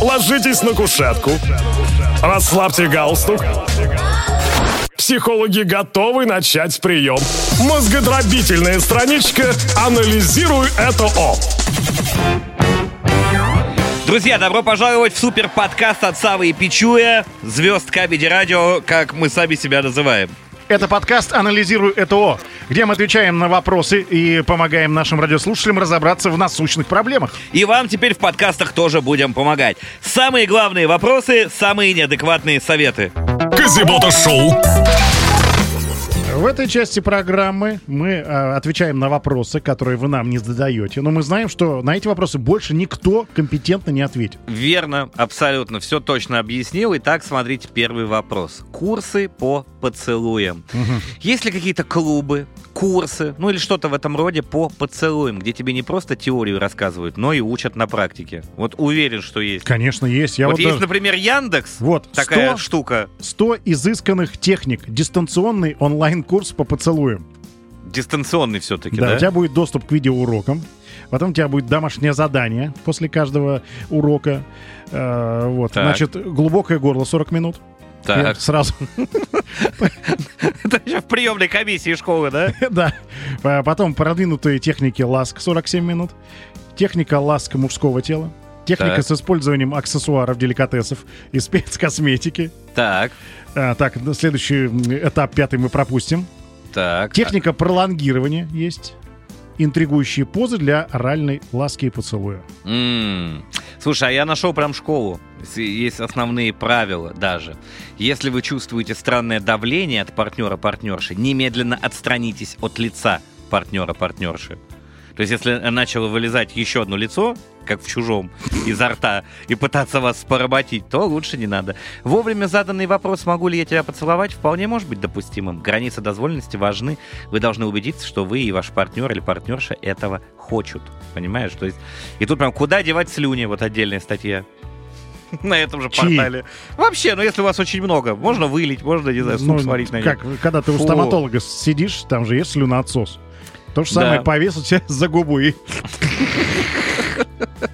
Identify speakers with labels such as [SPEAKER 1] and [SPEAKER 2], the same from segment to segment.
[SPEAKER 1] Ложитесь на кушетку. Расслабьте галстук. Психологи готовы начать прием. Мозгодробительная страничка «Анализируй это О».
[SPEAKER 2] Друзья, добро пожаловать в супер подкаст от Савы и Пичуя, звезд Кабеди Радио, как мы сами себя называем.
[SPEAKER 3] Это подкаст «Анализирую ЭТО», где мы отвечаем на вопросы и помогаем нашим радиослушателям разобраться в насущных проблемах.
[SPEAKER 2] И вам теперь в подкастах тоже будем помогать. Самые главные вопросы, самые неадекватные советы.
[SPEAKER 1] Казибота Шоу.
[SPEAKER 3] В этой части программы мы э, отвечаем на вопросы, которые вы нам не задаете. Но мы знаем, что на эти вопросы больше никто компетентно не ответит.
[SPEAKER 2] Верно, абсолютно, все точно объяснил. Итак, смотрите первый вопрос. Курсы по поцелуям. Есть ли какие-то клубы, курсы, ну или что-то в этом роде по поцелуям, где тебе не просто теорию рассказывают, но и учат на практике? Вот уверен, что есть.
[SPEAKER 3] Конечно, есть. Я
[SPEAKER 2] вот,
[SPEAKER 3] вот,
[SPEAKER 2] есть,
[SPEAKER 3] даже-
[SPEAKER 2] например, Яндекс,
[SPEAKER 3] Вот,
[SPEAKER 2] такая
[SPEAKER 3] 100
[SPEAKER 2] штука,
[SPEAKER 3] 100 изысканных техник. Дистанционный онлайн-курс по поцелуям.
[SPEAKER 2] дистанционный все-таки,
[SPEAKER 3] Да,
[SPEAKER 2] да?
[SPEAKER 3] у тебя будет доступ к видеоурокам. Потом у тебя будет домашнее задание после каждого урока. Э, вот.
[SPEAKER 2] Так.
[SPEAKER 3] Значит, глубокое горло 40 минут. Я
[SPEAKER 2] Так.
[SPEAKER 3] Сразу.
[SPEAKER 2] Это еще в приемной комиссии школы, да?
[SPEAKER 3] Да. Э, Потом продвинутые техники ласк 47 минут. Техника ласк мужского тела. Техника
[SPEAKER 2] Так.
[SPEAKER 3] с использованием аксессуаров, деликатесов и спецкосметики.
[SPEAKER 2] Так,
[SPEAKER 3] А, так, ну, следующий м, этап пятый мы пропустим.
[SPEAKER 2] так.
[SPEAKER 3] Техника пролонгирования есть. Интригующие позы для оральной ласки и поцелуя.
[SPEAKER 2] М. Слушай, а я нашел прям школу. С- Есть основные правила даже. Если вы чувствуете странное давление от партнера-партнерши, немедленно отстранитесь от лица партнера-партнерши. То есть, если начало вылезать еще одно лицо, как в чужом, изо рта, и пытаться вас поработить, то лучше не надо. Вовремя заданный вопрос, могу ли я тебя поцеловать, вполне может быть допустимым. Границы дозволенности важны. Вы должны убедиться, что вы и ваш партнер или партнерша этого хочет. Понимаешь? То есть, и тут прям куда девать слюни, вот отдельная статья. На этом же
[SPEAKER 3] Чьи?
[SPEAKER 2] портале. Вообще, ну если у вас очень много, можно вылить, можно, не знаю, суп
[SPEAKER 3] Ну,
[SPEAKER 2] сварить на них.
[SPEAKER 3] как, когда ты у
[SPEAKER 2] Фу.
[SPEAKER 3] стоматолога сидишь, там же есть слюноотсос. То же самое
[SPEAKER 2] Да.
[SPEAKER 3] повесил тебя за губу и...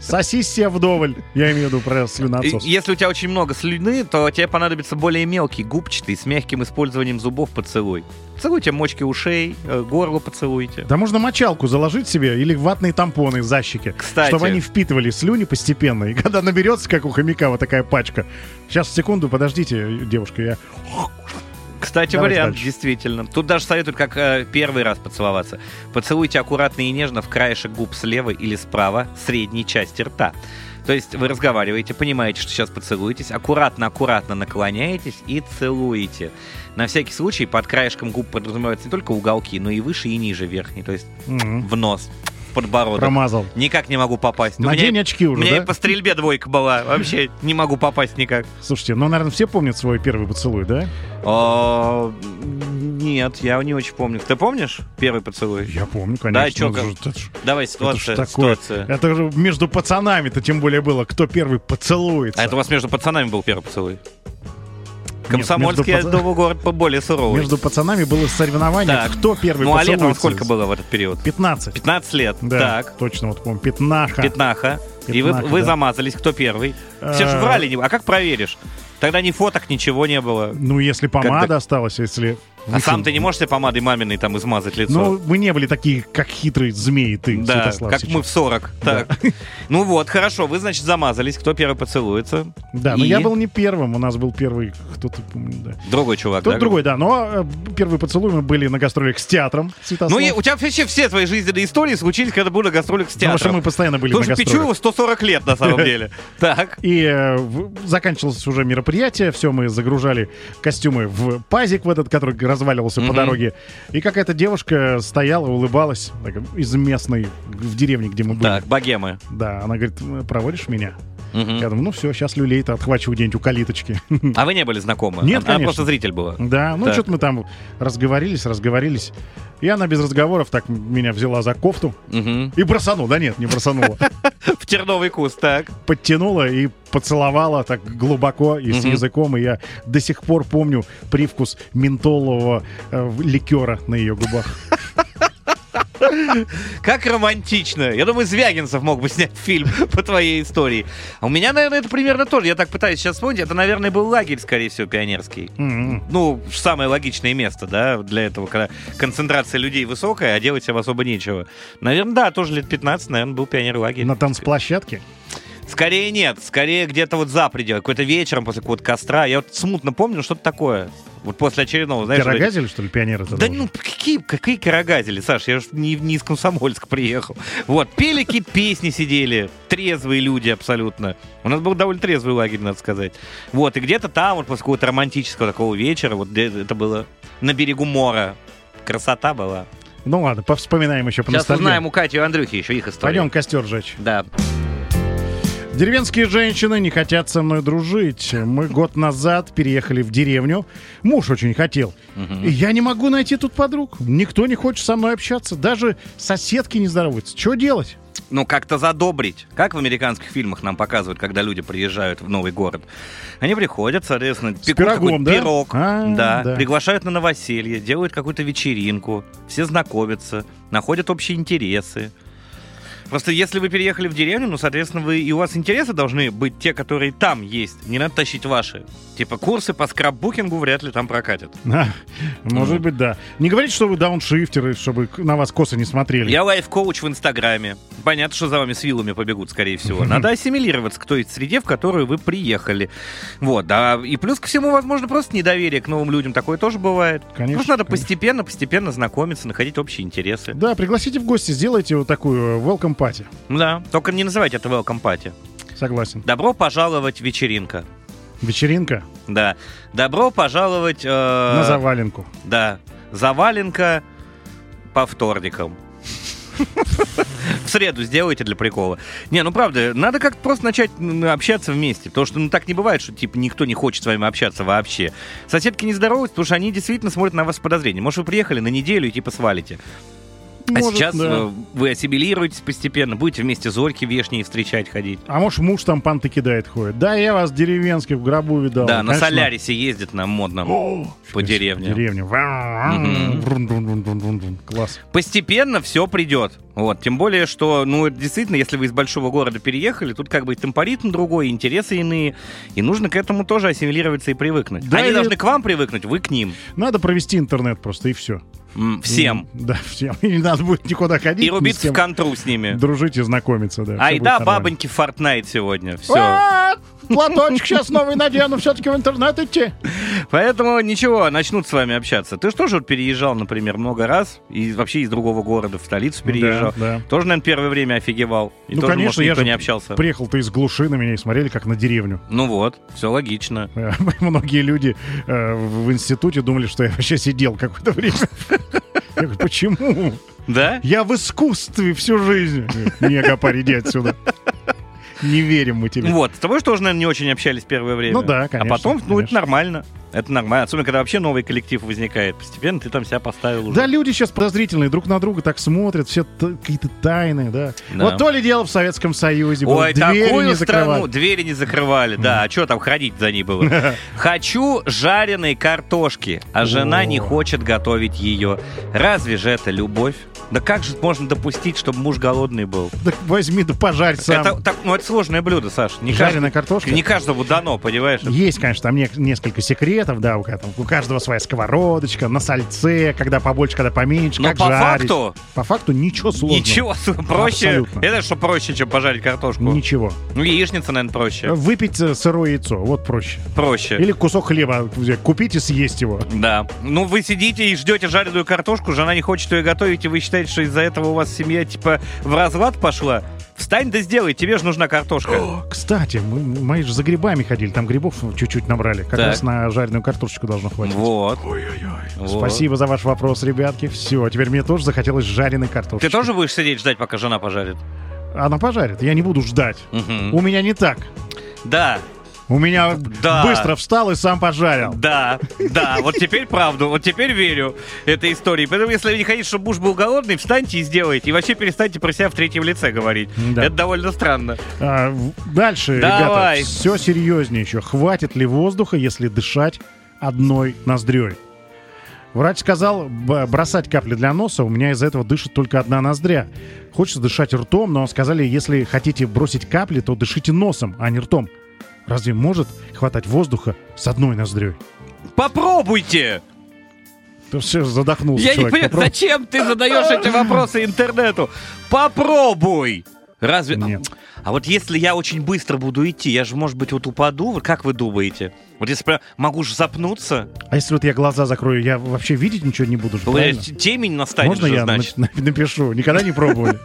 [SPEAKER 3] Сосись себе вдоволь. Я имею в виду про
[SPEAKER 2] И
[SPEAKER 3] слюноотсос.
[SPEAKER 2] Если у тебя очень много слюны, то тебе понадобится более мелкий, губчатый, с мягким использованием зубов поцелуй. Целуйте мочки ушей, э, горло поцелуйте.
[SPEAKER 3] Да можно мочалку заложить себе или ватные тампоны за щеки.
[SPEAKER 2] Кстати.
[SPEAKER 3] Чтобы они впитывали слюни постепенно. И когда наберется, как у хомяка, вот такая пачка. Сейчас, секунду, подождите, девушка, я...
[SPEAKER 2] Кстати,
[SPEAKER 3] Давайте
[SPEAKER 2] вариант,
[SPEAKER 3] дальше.
[SPEAKER 2] действительно. Тут даже советуют, как э, первый раз поцеловаться. Поцелуйте аккуратно и нежно в краешек губ слева или справа средней части рта. То есть вы разговариваете, понимаете, что сейчас поцелуетесь, аккуратно-аккуратно наклоняетесь и целуете. На всякий случай под краешком губ подразумеваются не только уголки, но и выше и ниже верхний, то есть
[SPEAKER 3] М,
[SPEAKER 2] в нос, в подбородок.
[SPEAKER 3] Промазал.
[SPEAKER 2] Никак не могу попасть. У меня
[SPEAKER 3] Надень
[SPEAKER 2] и-
[SPEAKER 3] очки
[SPEAKER 2] У
[SPEAKER 3] уже,
[SPEAKER 2] меня
[SPEAKER 3] да?
[SPEAKER 2] и по стрельбе двойка была. Вообще не могу попасть никак.
[SPEAKER 3] Слушайте, ну, наверное, все помнят свой первый поцелуй, да?
[SPEAKER 2] А, Нет, я не очень помню. Ты помнишь первый поцелуй?
[SPEAKER 3] Я помню, конечно.
[SPEAKER 2] чё,
[SPEAKER 3] это
[SPEAKER 2] как-
[SPEAKER 3] же- это же-
[SPEAKER 2] Давай,
[SPEAKER 3] Это
[SPEAKER 2] ситуация.
[SPEAKER 3] же такое.
[SPEAKER 2] ситуация.
[SPEAKER 3] Это же между пацанами-то тем более было. Кто первый поцелуется?
[SPEAKER 2] А это у вас между пацанами был первый поцелуй?
[SPEAKER 3] Нет,
[SPEAKER 2] Комсомольский, я
[SPEAKER 3] между, паца-
[SPEAKER 2] думаю, город более суровый.
[SPEAKER 3] между пацанами было соревнование,
[SPEAKER 2] Так.
[SPEAKER 3] кто первый
[SPEAKER 2] Ну а лет
[SPEAKER 3] поцелуется.
[SPEAKER 2] вам сколько было в этот период?
[SPEAKER 3] 15.
[SPEAKER 2] 15 лет.
[SPEAKER 3] Да,
[SPEAKER 2] Так.
[SPEAKER 3] точно, вот помню, пятнаха.
[SPEAKER 2] Пятнаха. И вы,
[SPEAKER 3] Пятнаха,
[SPEAKER 2] вы
[SPEAKER 3] да.
[SPEAKER 2] замазались, кто первый. Все же
[SPEAKER 3] Э,
[SPEAKER 2] врали. не- А как проверишь? Тогда ни фоток, ничего не было.
[SPEAKER 3] Ну, если помада
[SPEAKER 2] Когда-
[SPEAKER 3] осталась, если...
[SPEAKER 2] А сам ты не можешь себе помадой маминой там измазать лицо?
[SPEAKER 3] Ну, мы не были такие, как хитрые змеи ты,
[SPEAKER 2] Да,
[SPEAKER 3] Святослав,
[SPEAKER 2] как
[SPEAKER 3] сейчас.
[SPEAKER 2] мы в 40. Так. Ну вот, хорошо, вы, значит, замазались. Кто первый поцелуется?
[SPEAKER 3] Да, но
[SPEAKER 2] И?
[SPEAKER 3] я был не первым, у нас был первый кто-то, помню, да.
[SPEAKER 2] Другой чувак,
[SPEAKER 3] Тот
[SPEAKER 2] да?
[SPEAKER 3] другой, да, но э, первый поцелуй мы были на гастролях с театром, Святослав.
[SPEAKER 2] Ну, и у тебя вообще все твои жизненные истории случились, когда был на гастролях с
[SPEAKER 3] Потому что
[SPEAKER 2] театром.
[SPEAKER 3] мы постоянно были
[SPEAKER 2] Потому
[SPEAKER 3] на
[SPEAKER 2] что
[SPEAKER 3] гастролях.
[SPEAKER 2] Пичуеву 140 лет, на самом деле. Так.
[SPEAKER 3] И э, в- заканчивалось уже мероприятие, все, мы загружали костюмы в пазик в этот, который разваливался по
[SPEAKER 2] Мгм.
[SPEAKER 3] дороге. И какая-то девушка стояла, улыбалась так, из местной, в деревне, где мы были.
[SPEAKER 2] Так, богемы.
[SPEAKER 3] Да, она говорит, «Э, проводишь меня?
[SPEAKER 2] Мгм.
[SPEAKER 3] Я думаю, ну все, сейчас люлей-то отхвачу где-нибудь у калиточки.
[SPEAKER 2] А вы не были знакомы?
[SPEAKER 3] Нет,
[SPEAKER 2] Она- Она
[SPEAKER 3] конечно.
[SPEAKER 2] просто зритель была.
[SPEAKER 3] Да, ну
[SPEAKER 2] Так.
[SPEAKER 3] что-то мы там разговорились, разговорились. И она без разговоров так меня взяла за кофту
[SPEAKER 2] Мгм.
[SPEAKER 3] и бросанула. Да нет, не бросанула.
[SPEAKER 2] В терновый куст, так.
[SPEAKER 3] подтянула и поцеловала так глубоко и с
[SPEAKER 2] Мгм.
[SPEAKER 3] языком. И я до сих пор помню привкус ментолового э, в- ликера на ее губах.
[SPEAKER 2] Как романтично. Я думаю, Звягинцев мог бы снять фильм по твоей истории. А у меня, наверное, это примерно тоже. Я так пытаюсь сейчас вспомнить. Это, наверное, был лагерь, скорее всего, пионерский.
[SPEAKER 3] М-м.
[SPEAKER 2] Ну, самое логичное место, да, для этого, когда концентрация людей высокая, а делать им особо нечего. Наверное, да, тоже лет 15, наверное, был пионер лагерь.
[SPEAKER 3] На танцплощадке?
[SPEAKER 2] Скорее нет, скорее где-то вот за пределы, какой-то вечером после какого-то костра. Я вот смутно помню, что-то такое. Вот после очередного, знаешь... вроде-
[SPEAKER 3] Карагазель, что ли, пионеры? это
[SPEAKER 2] Да
[SPEAKER 3] был?
[SPEAKER 2] ну, какие, какие карагазели, Саш, я же не, не из Комсомольска приехал. Вот, пели какие-то песни сидели, трезвые люди абсолютно. У нас был довольно трезвый лагерь, надо сказать. Вот, и где-то там, вот после какого-то романтического такого вечера, вот где это было на берегу мора. Красота была.
[SPEAKER 3] Ну ладно, повспоминаем еще по
[SPEAKER 2] Сейчас узнаем у Кати и Андрюхи еще их историю.
[SPEAKER 3] Пойдем костер жечь.
[SPEAKER 2] Да.
[SPEAKER 3] Деревенские женщины не хотят со мной дружить. Мы год назад переехали в деревню. Муж очень хотел. И я не могу найти тут подруг. Никто не хочет со мной общаться. Даже соседки не здороваются. Что делать?
[SPEAKER 2] ну, как-то задобрить. Как в американских фильмах нам показывают, когда люди приезжают в новый город. Они приходят, соответственно, пекут
[SPEAKER 3] пирогом,
[SPEAKER 2] какой-то
[SPEAKER 3] да?
[SPEAKER 2] пирог,
[SPEAKER 3] А,
[SPEAKER 2] да,
[SPEAKER 3] да.
[SPEAKER 2] приглашают на новоселье, делают какую-то вечеринку, все знакомятся, находят общие интересы. Просто если вы переехали в деревню, ну, соответственно, вы и у вас интересы должны быть те, которые там есть. Не надо тащить ваши. Типа курсы по скраббукингу вряд ли там прокатят.
[SPEAKER 3] А, может
[SPEAKER 2] Ну.
[SPEAKER 3] быть, да. Не говорите, что вы дауншифтеры, чтобы к- на вас косо не смотрели.
[SPEAKER 2] Я лайф-коуч в Инстаграме. Понятно, что за вами с вилами побегут, скорее всего. Надо ассимилироваться к той среде, в которую вы приехали. Вот, да. И плюс ко всему, возможно, просто недоверие к новым людям. Такое тоже бывает.
[SPEAKER 3] Конечно,
[SPEAKER 2] просто надо
[SPEAKER 3] конечно.
[SPEAKER 2] постепенно, постепенно знакомиться, находить общие интересы.
[SPEAKER 3] Да, пригласите в гости, сделайте вот такую э, welcome party.
[SPEAKER 2] Да. Только не называйте это welcome party.
[SPEAKER 3] Согласен.
[SPEAKER 2] Добро пожаловать вечеринка.
[SPEAKER 3] Вечеринка
[SPEAKER 2] Да. Добро пожаловать... э,
[SPEAKER 3] на заваленку.
[SPEAKER 2] Да. Заваленка по вторникам. В среду сделайте для прикола. Не, ну правда, надо как-то просто начать м, общаться вместе. Потому что ну так не бывает, что типа никто не хочет с вами общаться вообще. Соседки не здороваются, потому что они действительно смотрят на вас с подозрением. Может, вы приехали на неделю и типа свалите. а
[SPEAKER 3] Может,
[SPEAKER 2] сейчас
[SPEAKER 3] да.
[SPEAKER 2] э, вы ассимилируетесь постепенно, будете вместе зорьки вешние встречать, ходить.
[SPEAKER 3] А может, муж там панты кидает, ходит. Да, я вас деревенских в гробу видал.
[SPEAKER 2] да, на
[SPEAKER 3] Конечно.
[SPEAKER 2] Солярисе ездит на модном.
[SPEAKER 3] О,
[SPEAKER 2] по
[SPEAKER 3] фига себе,
[SPEAKER 2] деревне.
[SPEAKER 3] Деревня.
[SPEAKER 2] Мгм.
[SPEAKER 3] Врун-врун-врун-врун-врун. Класс.
[SPEAKER 2] постепенно все придет. Вот. Тем более, что, ну, это действительно, если вы из большого города переехали, тут как бы и темпоритм другой, и интересы иные. И нужно к этому тоже ассимилироваться и привыкнуть.
[SPEAKER 3] Да,
[SPEAKER 2] Они
[SPEAKER 3] и-
[SPEAKER 2] должны к вам привыкнуть, вы к ним.
[SPEAKER 3] Надо провести интернет просто, и все.
[SPEAKER 2] М, Всем.
[SPEAKER 3] Да, всем. И не надо будет никуда ходить.
[SPEAKER 2] И
[SPEAKER 3] ни с
[SPEAKER 2] рубиться
[SPEAKER 3] кем
[SPEAKER 2] в контру с ними.
[SPEAKER 3] Дружить и знакомиться, да.
[SPEAKER 2] Ай
[SPEAKER 3] Всё
[SPEAKER 2] да,
[SPEAKER 3] будет нормально.
[SPEAKER 2] бабоньки в Fortnite сегодня. Все.
[SPEAKER 3] А, Платочек сейчас новый надену, все-таки в интернет идти.
[SPEAKER 2] Поэтому ничего, начнут с вами общаться. Ты же тоже вот переезжал, например, много раз. И вообще из другого города в столицу
[SPEAKER 3] Ну да,
[SPEAKER 2] переезжал.
[SPEAKER 3] да.
[SPEAKER 2] Тоже, наверное, первое время офигевал. И
[SPEAKER 3] Ну,
[SPEAKER 2] тоже, может, никто не общался.
[SPEAKER 3] приехал ты из глуши на меня и смотрели, как на деревню.
[SPEAKER 2] Ну вот, все логично.
[SPEAKER 3] Э, Многие люди э, в в институте думали, что я вообще сидел какое-то время. Я говорю, почему?
[SPEAKER 2] Да?
[SPEAKER 3] Я в искусстве всю жизнь. Нега, парень, иди отсюда. Не верим мы тебе.
[SPEAKER 2] Вот, с тобой же тоже, наверное, не очень общались первое время.
[SPEAKER 3] Ну да, конечно,
[SPEAKER 2] А потом, ну, это
[SPEAKER 3] конечно.
[SPEAKER 2] нормально. Это нормально. Особенно, когда вообще новый коллектив возникает. Постепенно ты там себя поставил уже.
[SPEAKER 3] Да, люди сейчас подозрительные друг на друга так смотрят, все т- какие-то тайны, да.
[SPEAKER 2] Да.
[SPEAKER 3] Вот то ли дело в Советском Союзе было.
[SPEAKER 2] Ой,
[SPEAKER 3] двери
[SPEAKER 2] такую страну
[SPEAKER 3] не закрывали.
[SPEAKER 2] двери не закрывали, да. А что там ходить за ней было? Хочу жареной картошки, а жена
[SPEAKER 3] О.
[SPEAKER 2] не хочет готовить ее. Разве же это любовь? Да как же можно допустить, чтобы муж голодный был?
[SPEAKER 3] Так возьми да пожарь сам.
[SPEAKER 2] Это, так, ну, это сложное блюдо, Саш. Не,
[SPEAKER 3] Жареная картошка?
[SPEAKER 2] кажд- не каждому дано, понимаешь?
[SPEAKER 3] Есть, конечно, там не- несколько секретов, да, у, ка- там у каждого своя сковородочка, на сальце, когда побольше, когда поменьше,
[SPEAKER 2] Но
[SPEAKER 3] как
[SPEAKER 2] по
[SPEAKER 3] жарить.
[SPEAKER 2] факту
[SPEAKER 3] По факту ничего сложного.
[SPEAKER 2] Ничего, проще.
[SPEAKER 3] Абсолютно.
[SPEAKER 2] Это что проще, чем пожарить картошку?
[SPEAKER 3] Ничего.
[SPEAKER 2] Ну, яичница, наверное, проще.
[SPEAKER 3] Выпить э, сырое яйцо, вот проще.
[SPEAKER 2] Проще.
[SPEAKER 3] Или кусок хлеба взять, купить и съесть его.
[SPEAKER 2] Да. Ну, вы сидите и ждете жареную картошку, жена не хочет ее готовить, и вы считаете, что из-за этого у вас семья, типа, в разлад пошла. Встань да сделай, тебе же нужна картошка.
[SPEAKER 3] Кстати, мы, мои же за грибами ходили, там грибов чуть-чуть набрали. Как
[SPEAKER 2] Так.
[SPEAKER 3] раз на жареную картошечку должно хватить.
[SPEAKER 2] Вот. Вот.
[SPEAKER 3] Спасибо за ваш вопрос, ребятки. Все, теперь мне тоже захотелось жареной картошки.
[SPEAKER 2] Ты тоже будешь сидеть ждать, пока жена пожарит?
[SPEAKER 3] Она пожарит, я не буду ждать.
[SPEAKER 2] Мгм.
[SPEAKER 3] У меня не так.
[SPEAKER 2] Да,
[SPEAKER 3] У меня
[SPEAKER 2] Да.
[SPEAKER 3] быстро встал и сам пожарил.
[SPEAKER 2] да, да. Вот теперь правду, вот теперь верю этой истории. Поэтому, если вы не хотите, чтобы муж был голодный, встаньте и сделайте. И вообще перестаньте про себя в третьем лице говорить.
[SPEAKER 3] Да.
[SPEAKER 2] Это довольно странно.
[SPEAKER 3] А, в- дальше,
[SPEAKER 2] Давай.
[SPEAKER 3] ребята, все серьезнее еще. Хватит ли воздуха, если дышать одной ноздрёй? Врач сказал б- бросать капли для носа, у меня из-за этого дышит только одна ноздря. Хочется дышать ртом, но сказали, если хотите бросить капли, то дышите носом, а не ртом. Разве может хватать воздуха с одной ноздрёй?
[SPEAKER 2] Попробуйте!
[SPEAKER 3] Ты все задохнулся,
[SPEAKER 2] Я не
[SPEAKER 3] человек.
[SPEAKER 2] понимаю,
[SPEAKER 3] Попробуй.
[SPEAKER 2] зачем ты задаешь эти вопросы интернету? Попробуй! Разве...
[SPEAKER 3] Нет.
[SPEAKER 2] А вот если я очень быстро буду идти, я же, может быть, вот упаду, Вот как вы думаете? Вот если прям могу же запнуться,
[SPEAKER 3] А если вот я глаза закрою, я вообще видеть ничего не буду же, правильно?
[SPEAKER 2] Блядь, темень настанет
[SPEAKER 3] Можно
[SPEAKER 2] же,
[SPEAKER 3] я
[SPEAKER 2] значит.
[SPEAKER 3] на- на- напишу? Никогда не пробовали.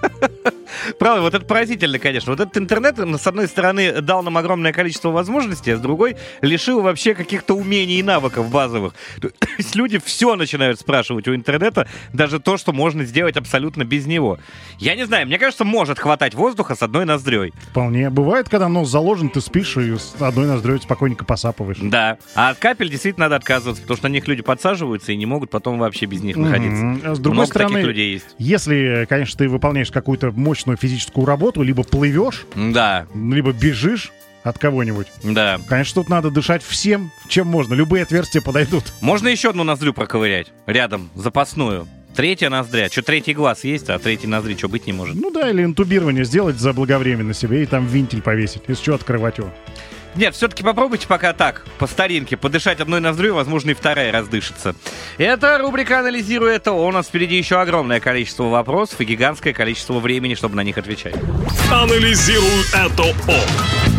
[SPEAKER 2] Правда, вот это поразительно, конечно. Вот этот интернет, м, с одной стороны, дал нам огромное количество возможностей, а с другой лишил вообще каких-то умений и навыков базовых. То есть люди все начинают спрашивать у интернета, даже то, что можно сделать абсолютно без него. Я не знаю, мне кажется, может хватать воздуха с одной ноздрёй.
[SPEAKER 3] Вполне. Бывает, когда нос заложен, ты спишь и с одной ноздрёй спокойненько посапываешь.
[SPEAKER 2] Да. А от капель действительно надо отказываться, потому что на них люди подсаживаются и не могут потом вообще без них находиться.
[SPEAKER 3] Мгм. А С другой
[SPEAKER 2] Много
[SPEAKER 3] стороны,
[SPEAKER 2] таких людей есть.
[SPEAKER 3] если, конечно, ты выполняешь какую-то мощную физическую работу, либо плывешь,
[SPEAKER 2] Да,
[SPEAKER 3] либо бежишь от кого-нибудь,
[SPEAKER 2] да.
[SPEAKER 3] конечно, тут надо дышать всем, чем можно. Любые отверстия подойдут.
[SPEAKER 2] Можно еще одну ноздрю проковырять рядом, запасную. Третья ноздря. Что, третий глаз есть, а третий ноздри что быть не может?
[SPEAKER 3] Ну да, или интубирование сделать заблаговременно себе и там винтель повесить. Из чего открывать его?
[SPEAKER 2] Нет, все-таки попробуйте пока так, по старинке, подышать одной ноздрю, возможно, и вторая раздышится. Это рубрика «Анализируй это». У нас впереди еще огромное количество вопросов и гигантское количество времени, чтобы на них отвечать.
[SPEAKER 1] Анализируй это О.